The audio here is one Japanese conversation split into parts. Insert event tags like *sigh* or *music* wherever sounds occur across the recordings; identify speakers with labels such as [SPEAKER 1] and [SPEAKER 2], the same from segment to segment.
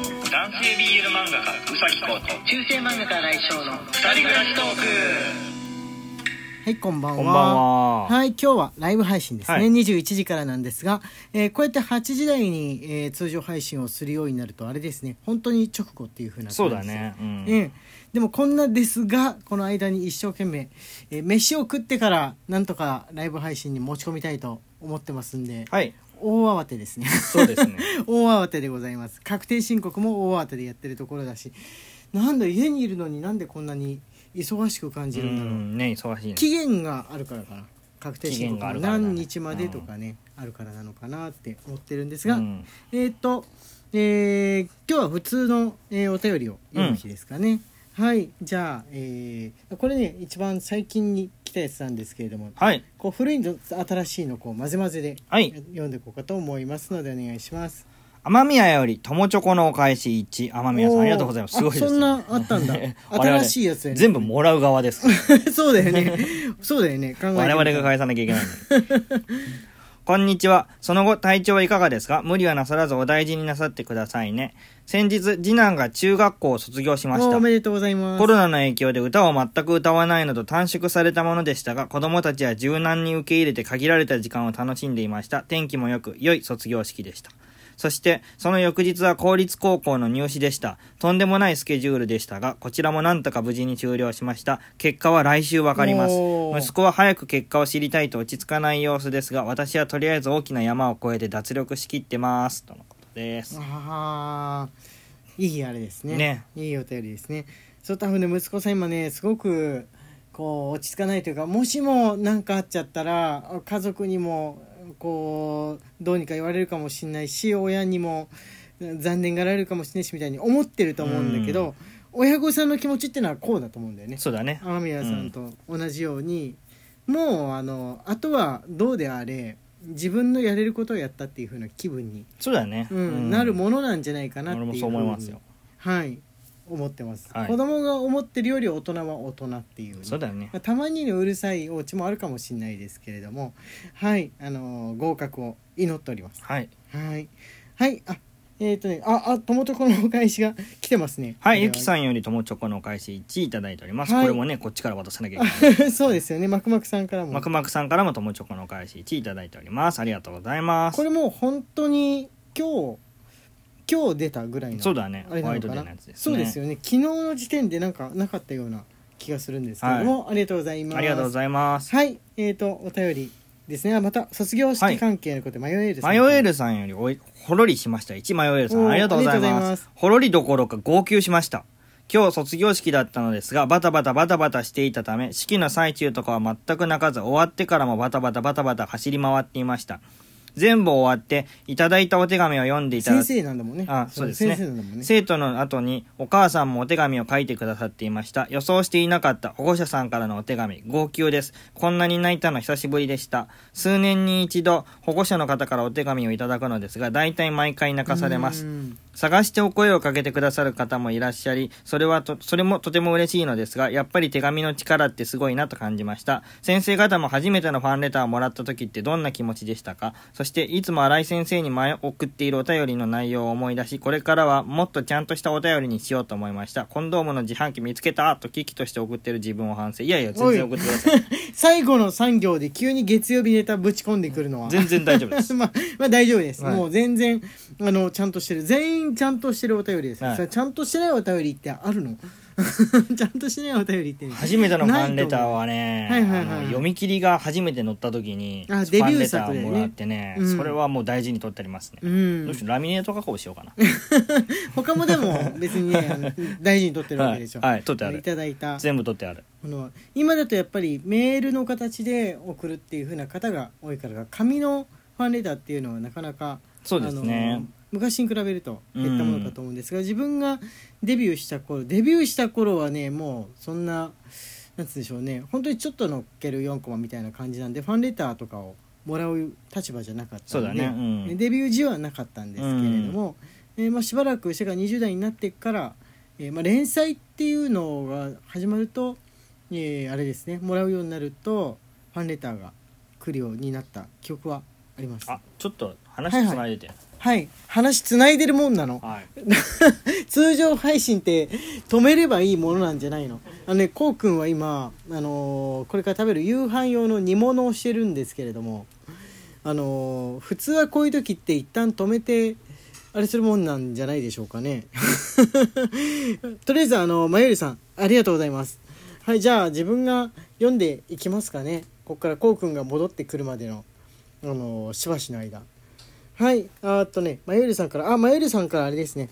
[SPEAKER 1] 定 BL 漫画家うさぎこと
[SPEAKER 2] 中世漫画家来翔の
[SPEAKER 1] 二人暮らしトーク
[SPEAKER 2] はいこんばんは
[SPEAKER 3] こんばんは。
[SPEAKER 2] はい今日はライブ配信ですね、
[SPEAKER 3] はい
[SPEAKER 2] 21時からなんですが、えーこうやって8時台に、えー通常配信をするようになるとあれですね本当に直後っていう風な感じです
[SPEAKER 3] そうだね。うん。
[SPEAKER 2] ええでもこんなですがこの間に一生懸命、えー飯を食ってからなんとかライブ配信に持ち込みたいと思ってますんで、
[SPEAKER 3] はい。
[SPEAKER 2] 大慌てですね *laughs*
[SPEAKER 3] そうですね。
[SPEAKER 2] 大慌てでございます確定申告も大慌てでやってるところだしなんだ家にいるのになんでこんなに忙しく感
[SPEAKER 3] *laughs* う
[SPEAKER 2] じるんだろう、
[SPEAKER 3] ん。ね、忙しいね。
[SPEAKER 2] 期限があるからかな確定申
[SPEAKER 3] 期限があ
[SPEAKER 2] 告
[SPEAKER 3] るからだね
[SPEAKER 2] 何日までとかね、あるからなのかなって思ってるんです
[SPEAKER 3] う
[SPEAKER 2] が、
[SPEAKER 3] ん。
[SPEAKER 2] えーっと、えー今日は普通の、えーお便りを読む日ですかね。はい、じゃあ、えーこれね、一番最近に来たやつなんですけれども、
[SPEAKER 3] はい。
[SPEAKER 2] こう古いのと新しいのこう混ぜ混ぜで、
[SPEAKER 3] はい
[SPEAKER 2] 読んでいこうかと思いますのでお願いし
[SPEAKER 3] *laughs*
[SPEAKER 2] ます。
[SPEAKER 3] 天宮より友チョコのお返し一。天宮さん
[SPEAKER 2] おー
[SPEAKER 3] ありがとうございます。すごいです、ね。
[SPEAKER 2] あそんなあったんだ
[SPEAKER 3] *laughs* 我々
[SPEAKER 2] 新しいやつやね
[SPEAKER 3] 全部もらう側ですから。
[SPEAKER 2] *laughs* そうだよね。そうだよね。考えてみた
[SPEAKER 3] 我々が返さなきゃいけないのに。 *laughs* こんにちは。その後、体調はいかがですか無理はなさらずお大事になさってくださいね。先日、次男が中学校を卒業しまし
[SPEAKER 2] お
[SPEAKER 3] た
[SPEAKER 2] お。めでとうございます。
[SPEAKER 3] コロナの影響で歌を全く歌わないのと短縮されたものでしたが、子供たちは柔軟に受け入れて限られた時間を楽しんでいました。天気も良く、良い卒業式でした。そして、その翌日は公立高校の入試でした。とんでもないスケジュールでしたが、こちらもなんとか無事に終了しました。結果は来週わかります。
[SPEAKER 2] おー
[SPEAKER 3] 息子は早く結果を知りたいと落ち着かない様子ですが、私はとりあえず大きな山を越えて脱力しきってます。とのことです。
[SPEAKER 2] ああいいあれですね
[SPEAKER 3] ね
[SPEAKER 2] いいお便りですねそう多分ね息子さん今ねすごくこう落ち着かないというかもしも何かあっちゃったら家族にもこうどうにか言われるかもしれないし親にも残念がられるかもしれないしみたいに思ってると思うんだけど、親御さんの気持ちってのはこうだと思うんだよね
[SPEAKER 3] そうだね。
[SPEAKER 2] 天宮さんと同じように、もうあのあとはどうであれ自分のやれることをやったっていう風な気分に
[SPEAKER 3] そうだね。
[SPEAKER 2] うんなるものなんじゃないかなってい
[SPEAKER 3] 俺
[SPEAKER 2] う
[SPEAKER 3] もそう思いますよ。
[SPEAKER 2] ふうにはい思ってます、
[SPEAKER 3] はい
[SPEAKER 2] 子供が思ってるより大人は大人っていうね、
[SPEAKER 3] そうだよね
[SPEAKER 2] ま。あたまにのうるさいお家もあるかもしれないですけれどもはいあのー合格を祈っております
[SPEAKER 3] はい。
[SPEAKER 2] はいはいあえっ、とねああ友とこのお返しが来てますね
[SPEAKER 3] はい、ゆきさ
[SPEAKER 2] ん
[SPEAKER 3] んよりともチョコのお返し1いただいております。
[SPEAKER 2] はい
[SPEAKER 3] これもね、こっちから渡さなきゃいけ
[SPEAKER 2] *laughs*
[SPEAKER 3] ない。
[SPEAKER 2] *laughs* そうですよねまくまくさんからも
[SPEAKER 3] まくまくさんからもともチョコのお返し1いただいております。ありがとうございます。
[SPEAKER 2] これもう本当に今日今日出たぐらいの
[SPEAKER 3] そうだね、
[SPEAKER 2] あれ
[SPEAKER 3] ホ
[SPEAKER 2] な
[SPEAKER 3] ワイ
[SPEAKER 2] の
[SPEAKER 3] ト
[SPEAKER 2] か
[SPEAKER 3] デー
[SPEAKER 2] な
[SPEAKER 3] のやつですね。
[SPEAKER 2] そうですよね昨日の時点でなんかなかったような気がするんですけども、ありがとうございます
[SPEAKER 3] ありがとうございます。
[SPEAKER 2] はいえー、とお便りですねあまた卒業式関係のことで迷えるさ
[SPEAKER 3] マ
[SPEAKER 2] ん
[SPEAKER 3] ヨエルさんよりおいほろりしました。1マヨエルさ
[SPEAKER 2] お
[SPEAKER 3] ん、
[SPEAKER 2] ー
[SPEAKER 3] ありがとうござい
[SPEAKER 2] ありがとうござい
[SPEAKER 3] ま
[SPEAKER 2] ます
[SPEAKER 3] す。ほろりどころか号泣しました。今日卒業式だったのですが、バタバタバタバタしていたため、式の最中とかは全く泣かず、終わってからもバタバタバタバタ走り回っていました。全部終わって、いただいたお手紙を読んでいただ
[SPEAKER 2] 先生なんだもんね
[SPEAKER 3] あそうですね
[SPEAKER 2] 先生なんだもんね
[SPEAKER 3] 生徒の後にお母さんもお手紙を書いてくださっていました予想していなかった保護者さんからのお手紙号泣ですこんなに泣いたの久しぶりでした数年に一度保護者の方からお手紙をいただくのですが大体毎回泣かされます
[SPEAKER 2] うん *laughs*
[SPEAKER 3] 探してお声をかけてくださる方もいらっしゃり、それはと、それもとても嬉しいのですが、やっぱり手紙の力ってすごいなと感じました。先生方も初めてのファンレターをもらった時ってどんな気持ちでしたかそして、いつも新井先生に前送っているお便りの内容を思い出し、これからはもっとちゃんとしたお便りにしようと思いました。コンドームの自販機見つけたと危機として送ってる自分を反省。いやいや、全然送ってください。
[SPEAKER 2] 最後の3行で急に月曜日ネタぶち込んでくるのは。
[SPEAKER 3] 全然大丈夫です
[SPEAKER 2] *laughs* まあ、まあ大丈夫です、
[SPEAKER 3] はい
[SPEAKER 2] もう全然あのちゃんとしてる全員ちゃんとしてるお便りです、
[SPEAKER 3] はい
[SPEAKER 2] それちゃんとしてないお便りってあるの *laughs* ちゃんとしてないお便りって
[SPEAKER 3] 初めてのファンレターはね、
[SPEAKER 2] ないと思うはいはいはい
[SPEAKER 3] あの読み切りが初めて載った時にフ
[SPEAKER 2] あ
[SPEAKER 3] ァンレタ
[SPEAKER 2] デビュー作だ
[SPEAKER 3] ー
[SPEAKER 2] よね
[SPEAKER 3] をもらってね
[SPEAKER 2] うん
[SPEAKER 3] それはもう大事に取ってありますね、
[SPEAKER 2] うん
[SPEAKER 3] どうしようラミネート加工しようかな
[SPEAKER 2] 他もでも別にねあの大事に取ってるわけでしょ、
[SPEAKER 3] はいはい取ってある
[SPEAKER 2] いただいた
[SPEAKER 3] 全部取ってある
[SPEAKER 2] ものは今だとやっぱりメールの形で送るっていう風な方が多いから紙のファンレターっていうのはなかなか
[SPEAKER 3] そうですね
[SPEAKER 2] あの昔に比べると減ったものかと思うんですが、自分がデビューした頃デビューした頃はねもうそんななんつうんでしょうね本当にちょっと乗っける4コマみたいな感じなんでファンレターとかをもらう立場じゃなかった
[SPEAKER 3] そう
[SPEAKER 2] の
[SPEAKER 3] だ
[SPEAKER 2] で、
[SPEAKER 3] ねうん
[SPEAKER 2] デビュー時はなかったんですけれども、えーまあ、しばらくしてから20代になってから、えーまあ、連載っていうのが始まると、えーあれですねもらうようになるとファンレターが来るようになった記憶はあります。
[SPEAKER 3] あちょっと話つないでて、
[SPEAKER 2] いはい話つないでるもんなの
[SPEAKER 3] はい。
[SPEAKER 2] 通常配信って止めればいいものなんじゃないのあのねこうくんは今、あのーこれから食べる夕飯用の煮物をしてるんですけれども、あのー普通はこういう時って一旦止めてあれするもんなんじゃないでしょうかね *laughs* とりあえずあのまゆりさんありがとうございますはいじゃあ自分が読んでいきますかねここからこうくんが戻ってくるまでの、あのーしばしの間はいあーっとねまゆりさんからあまゆりさんからあれですね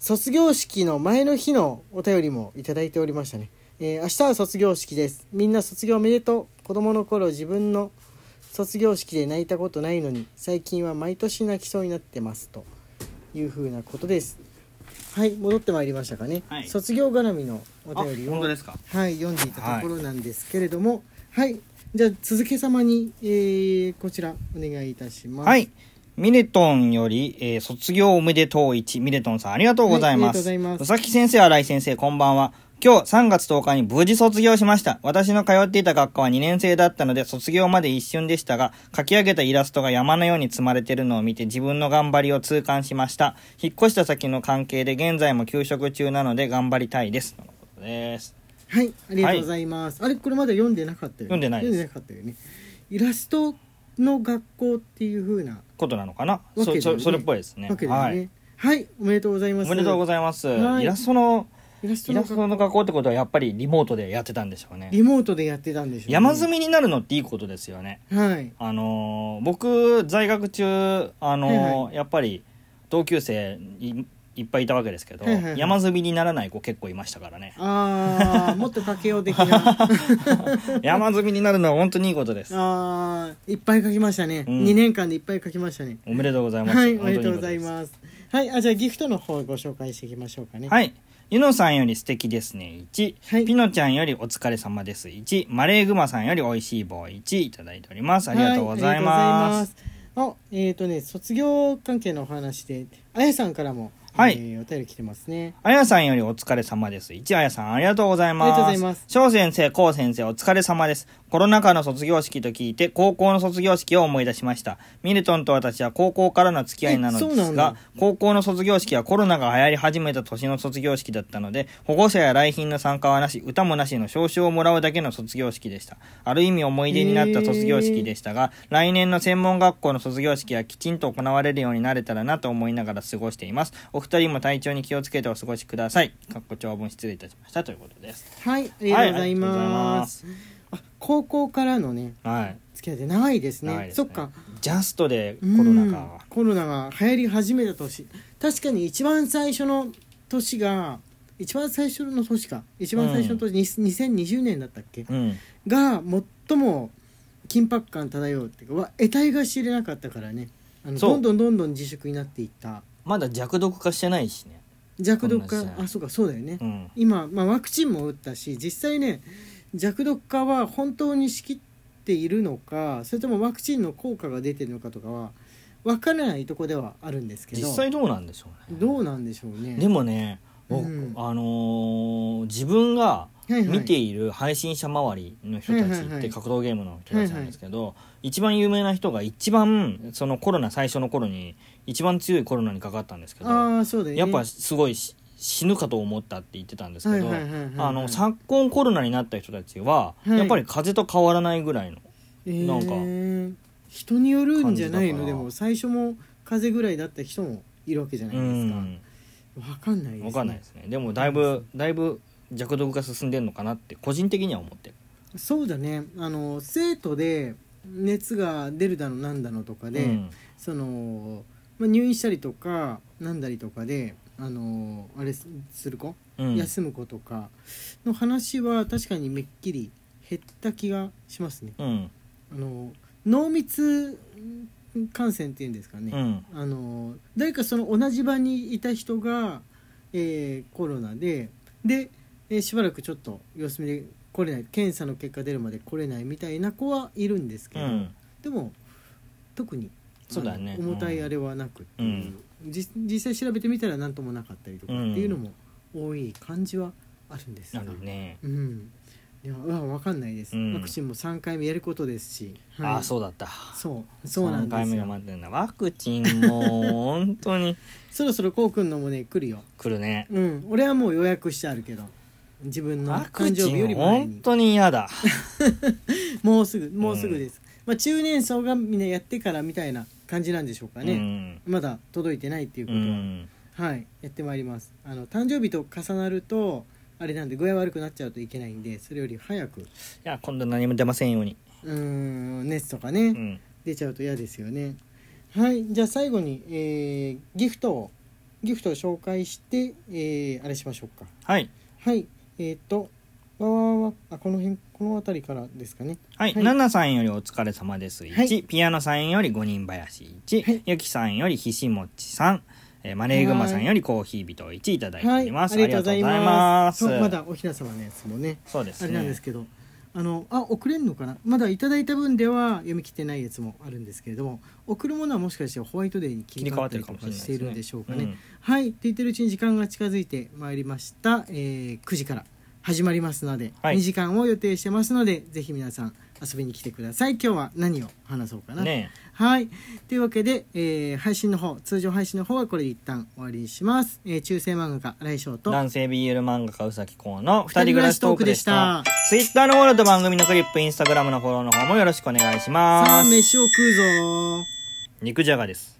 [SPEAKER 2] 卒業式の前の日のお便りもいただいておりましたね、えー明日は卒業式ですみんな卒業おめでとう子供の頃自分の卒業式で泣いたことないのに最近は毎年泣きそうになってますというふうなことですはい戻ってまいりましたかね、
[SPEAKER 3] はい
[SPEAKER 2] 卒業絡みのお
[SPEAKER 3] あ、
[SPEAKER 2] 便り
[SPEAKER 3] 本
[SPEAKER 2] を
[SPEAKER 3] 当ですか。
[SPEAKER 2] はい、読んでいたところなんですけれども、はい、じゃあ続け様に、えーこちらお願いいたします。
[SPEAKER 3] は
[SPEAKER 2] はい
[SPEAKER 3] い。ミレトンより、えー卒業おめでとう1、ミレトンさんありがとうございま
[SPEAKER 2] は
[SPEAKER 3] す。
[SPEAKER 2] いありがとうございます
[SPEAKER 3] 佐々木先生、新井先生、こんばんは。今日3月10日に無事卒業しました。私の通っていた学科は2年生だったので卒業まで一瞬でしたが、書き上げたイラストが山のように積まれてるのを見て自分の頑張りを痛感しました。引っ越した先の関係で現在も休職中なので頑張りたいです。とのことです。
[SPEAKER 2] ありがとうございます。あれこれまだ読んでなかったよね。
[SPEAKER 3] 読んでないです
[SPEAKER 2] 読んでなかったよね。イラストの学校っていう風な
[SPEAKER 3] ことなのかな
[SPEAKER 2] わけだよ
[SPEAKER 3] そ
[SPEAKER 2] ね
[SPEAKER 3] そそれっぽいですね。
[SPEAKER 2] わけだ
[SPEAKER 3] は
[SPEAKER 2] よ
[SPEAKER 3] い。
[SPEAKER 2] ね。はい、おめでとうございます。
[SPEAKER 3] おめでとうご
[SPEAKER 2] ざい
[SPEAKER 3] ざいます。
[SPEAKER 2] はい
[SPEAKER 3] イラストの
[SPEAKER 2] ます。イラスト
[SPEAKER 3] イ
[SPEAKER 2] の
[SPEAKER 3] ラスト
[SPEAKER 2] 学
[SPEAKER 3] の学校ってことはやっぱりリモートでやってたんでしょうね
[SPEAKER 2] リモートでやってたんでしょうね、
[SPEAKER 3] 山積みになるのっていいことですよね
[SPEAKER 2] はい。
[SPEAKER 3] あのー僕在学中あのー
[SPEAKER 2] はいは
[SPEAKER 3] やっぱり同級生いいっぱいいたわけですけど、
[SPEAKER 2] はいはいはい
[SPEAKER 3] 山積みにならない子結構いましたからね
[SPEAKER 2] ああ、もっとかけよう的
[SPEAKER 3] *laughs*
[SPEAKER 2] な。
[SPEAKER 3] 山積みになるのは本当にいいことです
[SPEAKER 2] ああ、いっぱい書きましたね。
[SPEAKER 3] うん
[SPEAKER 2] 二年間でいっぱい書きましたね。
[SPEAKER 3] おめでとうございます、
[SPEAKER 2] はい、お
[SPEAKER 3] 本当
[SPEAKER 2] め
[SPEAKER 3] に
[SPEAKER 2] でとうござい
[SPEAKER 3] ことです
[SPEAKER 2] ます。はい、あ、じゃあギフトの方ご紹介していきましょうかね。
[SPEAKER 3] はいゆのさんより素敵ですね1、
[SPEAKER 2] はい
[SPEAKER 3] ピノちゃんよりお疲れ様です1マレーグマさんよりおいしい棒1いただいておりますありがとうござ
[SPEAKER 2] はいあ
[SPEAKER 3] います
[SPEAKER 2] りがとうございます。あ、えっ、とね、卒業関係のお話で、あやさんからも、
[SPEAKER 3] はい
[SPEAKER 2] えーお便り来てますね。
[SPEAKER 3] あやさんよりお疲れ様です。一あやさんありがとうござい
[SPEAKER 2] あ
[SPEAKER 3] ます。
[SPEAKER 2] りがとうございます
[SPEAKER 3] 翔先生、こう先生お疲れ様です。コロナ禍の卒業式と聞いて高校の卒業式を思い出しました。ミルトンと私は高校からの付き合いなの
[SPEAKER 2] え
[SPEAKER 3] で
[SPEAKER 2] そうな
[SPEAKER 3] す
[SPEAKER 2] ん
[SPEAKER 3] が
[SPEAKER 2] だ、
[SPEAKER 3] 高校の卒業式はコロナが流行り始めた年の卒業式だったので、保護者や来賓の参加はなし、歌もなしの証書をもらうだけの卒業式でした。ある意味思い出になった卒業式でしたが、来年の専門学校の卒業式はきちんと行われるようになれたらなと思いながら過ごしています。お二人も体調に気をつけてお過ごしください。かっこ長文失礼いたしましたということです。
[SPEAKER 2] はい、あ
[SPEAKER 3] あ
[SPEAKER 2] りがとうございます。
[SPEAKER 3] り
[SPEAKER 2] 高校からのね、
[SPEAKER 3] がとうございます。はい。
[SPEAKER 2] 付き合いって長いですね。
[SPEAKER 3] 長いです
[SPEAKER 2] そ
[SPEAKER 3] ね
[SPEAKER 2] っか。
[SPEAKER 3] ジャストでコロナ
[SPEAKER 2] うん
[SPEAKER 3] 禍。
[SPEAKER 2] コロナが流行り始めた年確かに一番最初の年が一番最初の年か一番最初の年、に2020年だったっけ
[SPEAKER 3] うん。
[SPEAKER 2] が最も緊迫感漂うっていうかわ得体が知れなかったからねあの
[SPEAKER 3] そ
[SPEAKER 2] ど
[SPEAKER 3] う
[SPEAKER 2] んどんどんどん自粛になっていった
[SPEAKER 3] まだ弱毒化してないしね。
[SPEAKER 2] 弱毒
[SPEAKER 3] そ
[SPEAKER 2] 化
[SPEAKER 3] うなんですよ
[SPEAKER 2] あそうかそうだよね、
[SPEAKER 3] うん。
[SPEAKER 2] 今、まあ、ワクチンも打ったし実際ね弱毒化は本当に仕切っているのかそれともワクチンの効果が出てるのかとかは分からないとこではあるんですけど
[SPEAKER 3] 実際どうなんでしょうね。
[SPEAKER 2] どうなんでしょうね
[SPEAKER 3] でもね、僕、
[SPEAKER 2] うん
[SPEAKER 3] あのー自分が
[SPEAKER 2] はいはい
[SPEAKER 3] 見ている配信者周りの人
[SPEAKER 2] は
[SPEAKER 3] た
[SPEAKER 2] い
[SPEAKER 3] ち
[SPEAKER 2] はい
[SPEAKER 3] っ
[SPEAKER 2] は
[SPEAKER 3] て
[SPEAKER 2] い
[SPEAKER 3] 格闘ゲームの人たちなんですけど、一番有名な人が一番そのコロナ最初の頃に一番強いコロナにかかったんですけど、
[SPEAKER 2] ああそうだよね
[SPEAKER 3] やっぱすごいし死ぬかと思ったって言ってたんですけど、
[SPEAKER 2] はいはいはいはいはい
[SPEAKER 3] あの昨今コロナになった人たちは、
[SPEAKER 2] はい
[SPEAKER 3] やっぱり風邪と変わらないぐらいのなんか
[SPEAKER 2] えー人によるんじゃない
[SPEAKER 3] 感じだ
[SPEAKER 2] の
[SPEAKER 3] から
[SPEAKER 2] でも最初も風邪ぐらいだった人もいるわけじゃないうですか、
[SPEAKER 3] ん
[SPEAKER 2] わかんないです、ね、
[SPEAKER 3] 分かんないですねでもだいぶだいぶ弱毒が進んでるのかなって個人的には思ってる
[SPEAKER 2] そうだねあの生徒で熱が出るだのなんだのとかで、
[SPEAKER 3] うん
[SPEAKER 2] その、まあ、入院したりとかなんだりとかであのあれすする子、
[SPEAKER 3] うん
[SPEAKER 2] 休む子とかの話は確かにめっきり減った気がしますね
[SPEAKER 3] うん
[SPEAKER 2] あの濃密感染っていうんですかね、
[SPEAKER 3] うん
[SPEAKER 2] あの誰かその同じ場にいた人が、えーコロナでで、えーしばらくちょっと様子見で来れない検査の結果出るまで来れないみたいな子はいるんですけ
[SPEAKER 3] う
[SPEAKER 2] ど、
[SPEAKER 3] ん
[SPEAKER 2] でも特に
[SPEAKER 3] そうだね
[SPEAKER 2] あの重たいあれはなくっていう
[SPEAKER 3] うん
[SPEAKER 2] じ実際調べてみたら何ともなかったりとかっていうのも多い感じはあるんです
[SPEAKER 3] な
[SPEAKER 2] が、
[SPEAKER 3] るね
[SPEAKER 2] うん、いやうわ分かんないです、
[SPEAKER 3] うん
[SPEAKER 2] ワクチンも3回目やることですし、はい
[SPEAKER 3] ああそうだった
[SPEAKER 2] そうそうなんで
[SPEAKER 3] 3回
[SPEAKER 2] す
[SPEAKER 3] 目が
[SPEAKER 2] よ
[SPEAKER 3] 待ってんだワクチンもう本当に
[SPEAKER 2] そろそろこうくんのもね来るよ
[SPEAKER 3] 来るね
[SPEAKER 2] うん俺はもう予約してあるけど自分の
[SPEAKER 3] ワ
[SPEAKER 2] 誕
[SPEAKER 3] ク
[SPEAKER 2] 生
[SPEAKER 3] チ
[SPEAKER 2] 日よ
[SPEAKER 3] ン
[SPEAKER 2] りも前
[SPEAKER 3] 本
[SPEAKER 2] に
[SPEAKER 3] 当に嫌だ
[SPEAKER 2] もうすぐもうすぐです、まあ、中年層がみんなやってからみたいな感じなんでしょうか
[SPEAKER 3] う
[SPEAKER 2] ね、
[SPEAKER 3] ん
[SPEAKER 2] まだ届いてないっていう
[SPEAKER 3] う
[SPEAKER 2] ことは、
[SPEAKER 3] ん
[SPEAKER 2] はいやってまいりますあの誕生日と重なるとあれなんで具合悪くなっちゃうといけないんでそれより早く
[SPEAKER 3] いや今度何も出ませんように
[SPEAKER 2] うーん熱とかね、
[SPEAKER 3] うん
[SPEAKER 2] 出ちゃうと嫌ですよねはいじゃあ最後に、えーギフトをギフトを紹介して、えーあれしましょうか
[SPEAKER 3] はい
[SPEAKER 2] はいえっ、とわわわわあこの辺この辺りからですかね
[SPEAKER 3] はい、
[SPEAKER 2] はい
[SPEAKER 3] ナナさんよりお疲れ様です1、
[SPEAKER 2] はい
[SPEAKER 3] ピアノさんより五人林1、
[SPEAKER 2] はい
[SPEAKER 3] ゆきさんよりひしもちさん、えーマレーグマさんよりコーヒー人1いただいております、
[SPEAKER 2] はい、ありがとうございます
[SPEAKER 3] ありがとう
[SPEAKER 2] ま
[SPEAKER 3] ございます
[SPEAKER 2] だおひな様のやつもね
[SPEAKER 3] そうです
[SPEAKER 2] あ
[SPEAKER 3] ね
[SPEAKER 2] れなんですけど、あのあ送れるのかなまだいただいた分では読み切ってないやつもあるんですけれども送るものはもしかしてホワイトデーに切り替わったりとかしているんでしょうかね
[SPEAKER 3] 切り替わってるかもしれないですね
[SPEAKER 2] はいって言ってるうちに時間が近づいてまいりました、えー9時から始まりますので、
[SPEAKER 3] はい
[SPEAKER 2] 2時間を予定してますのでぜひ皆さん遊びに来てください今日は何を話そうかな、
[SPEAKER 3] ね
[SPEAKER 2] はい。というわけで、えー配信の方、通常配信の方はこれで一旦終わりにします。えー中世漫画家、来翔と、
[SPEAKER 3] 男性 BL 漫画家うさきこうの二
[SPEAKER 2] 二
[SPEAKER 3] 人
[SPEAKER 2] 人
[SPEAKER 3] 暮
[SPEAKER 2] 暮
[SPEAKER 3] ら
[SPEAKER 2] ら
[SPEAKER 3] し
[SPEAKER 2] し
[SPEAKER 3] ト
[SPEAKER 2] トー
[SPEAKER 3] ーク
[SPEAKER 2] ク
[SPEAKER 3] で
[SPEAKER 2] で
[SPEAKER 3] し
[SPEAKER 2] したた
[SPEAKER 3] Twitter のフォローと番組のクリップインスタグラムのフォローの方もよろしくお願いし
[SPEAKER 2] さ
[SPEAKER 3] ま
[SPEAKER 2] あ、
[SPEAKER 3] す
[SPEAKER 2] 飯を食うぞー。
[SPEAKER 3] 肉じゃがです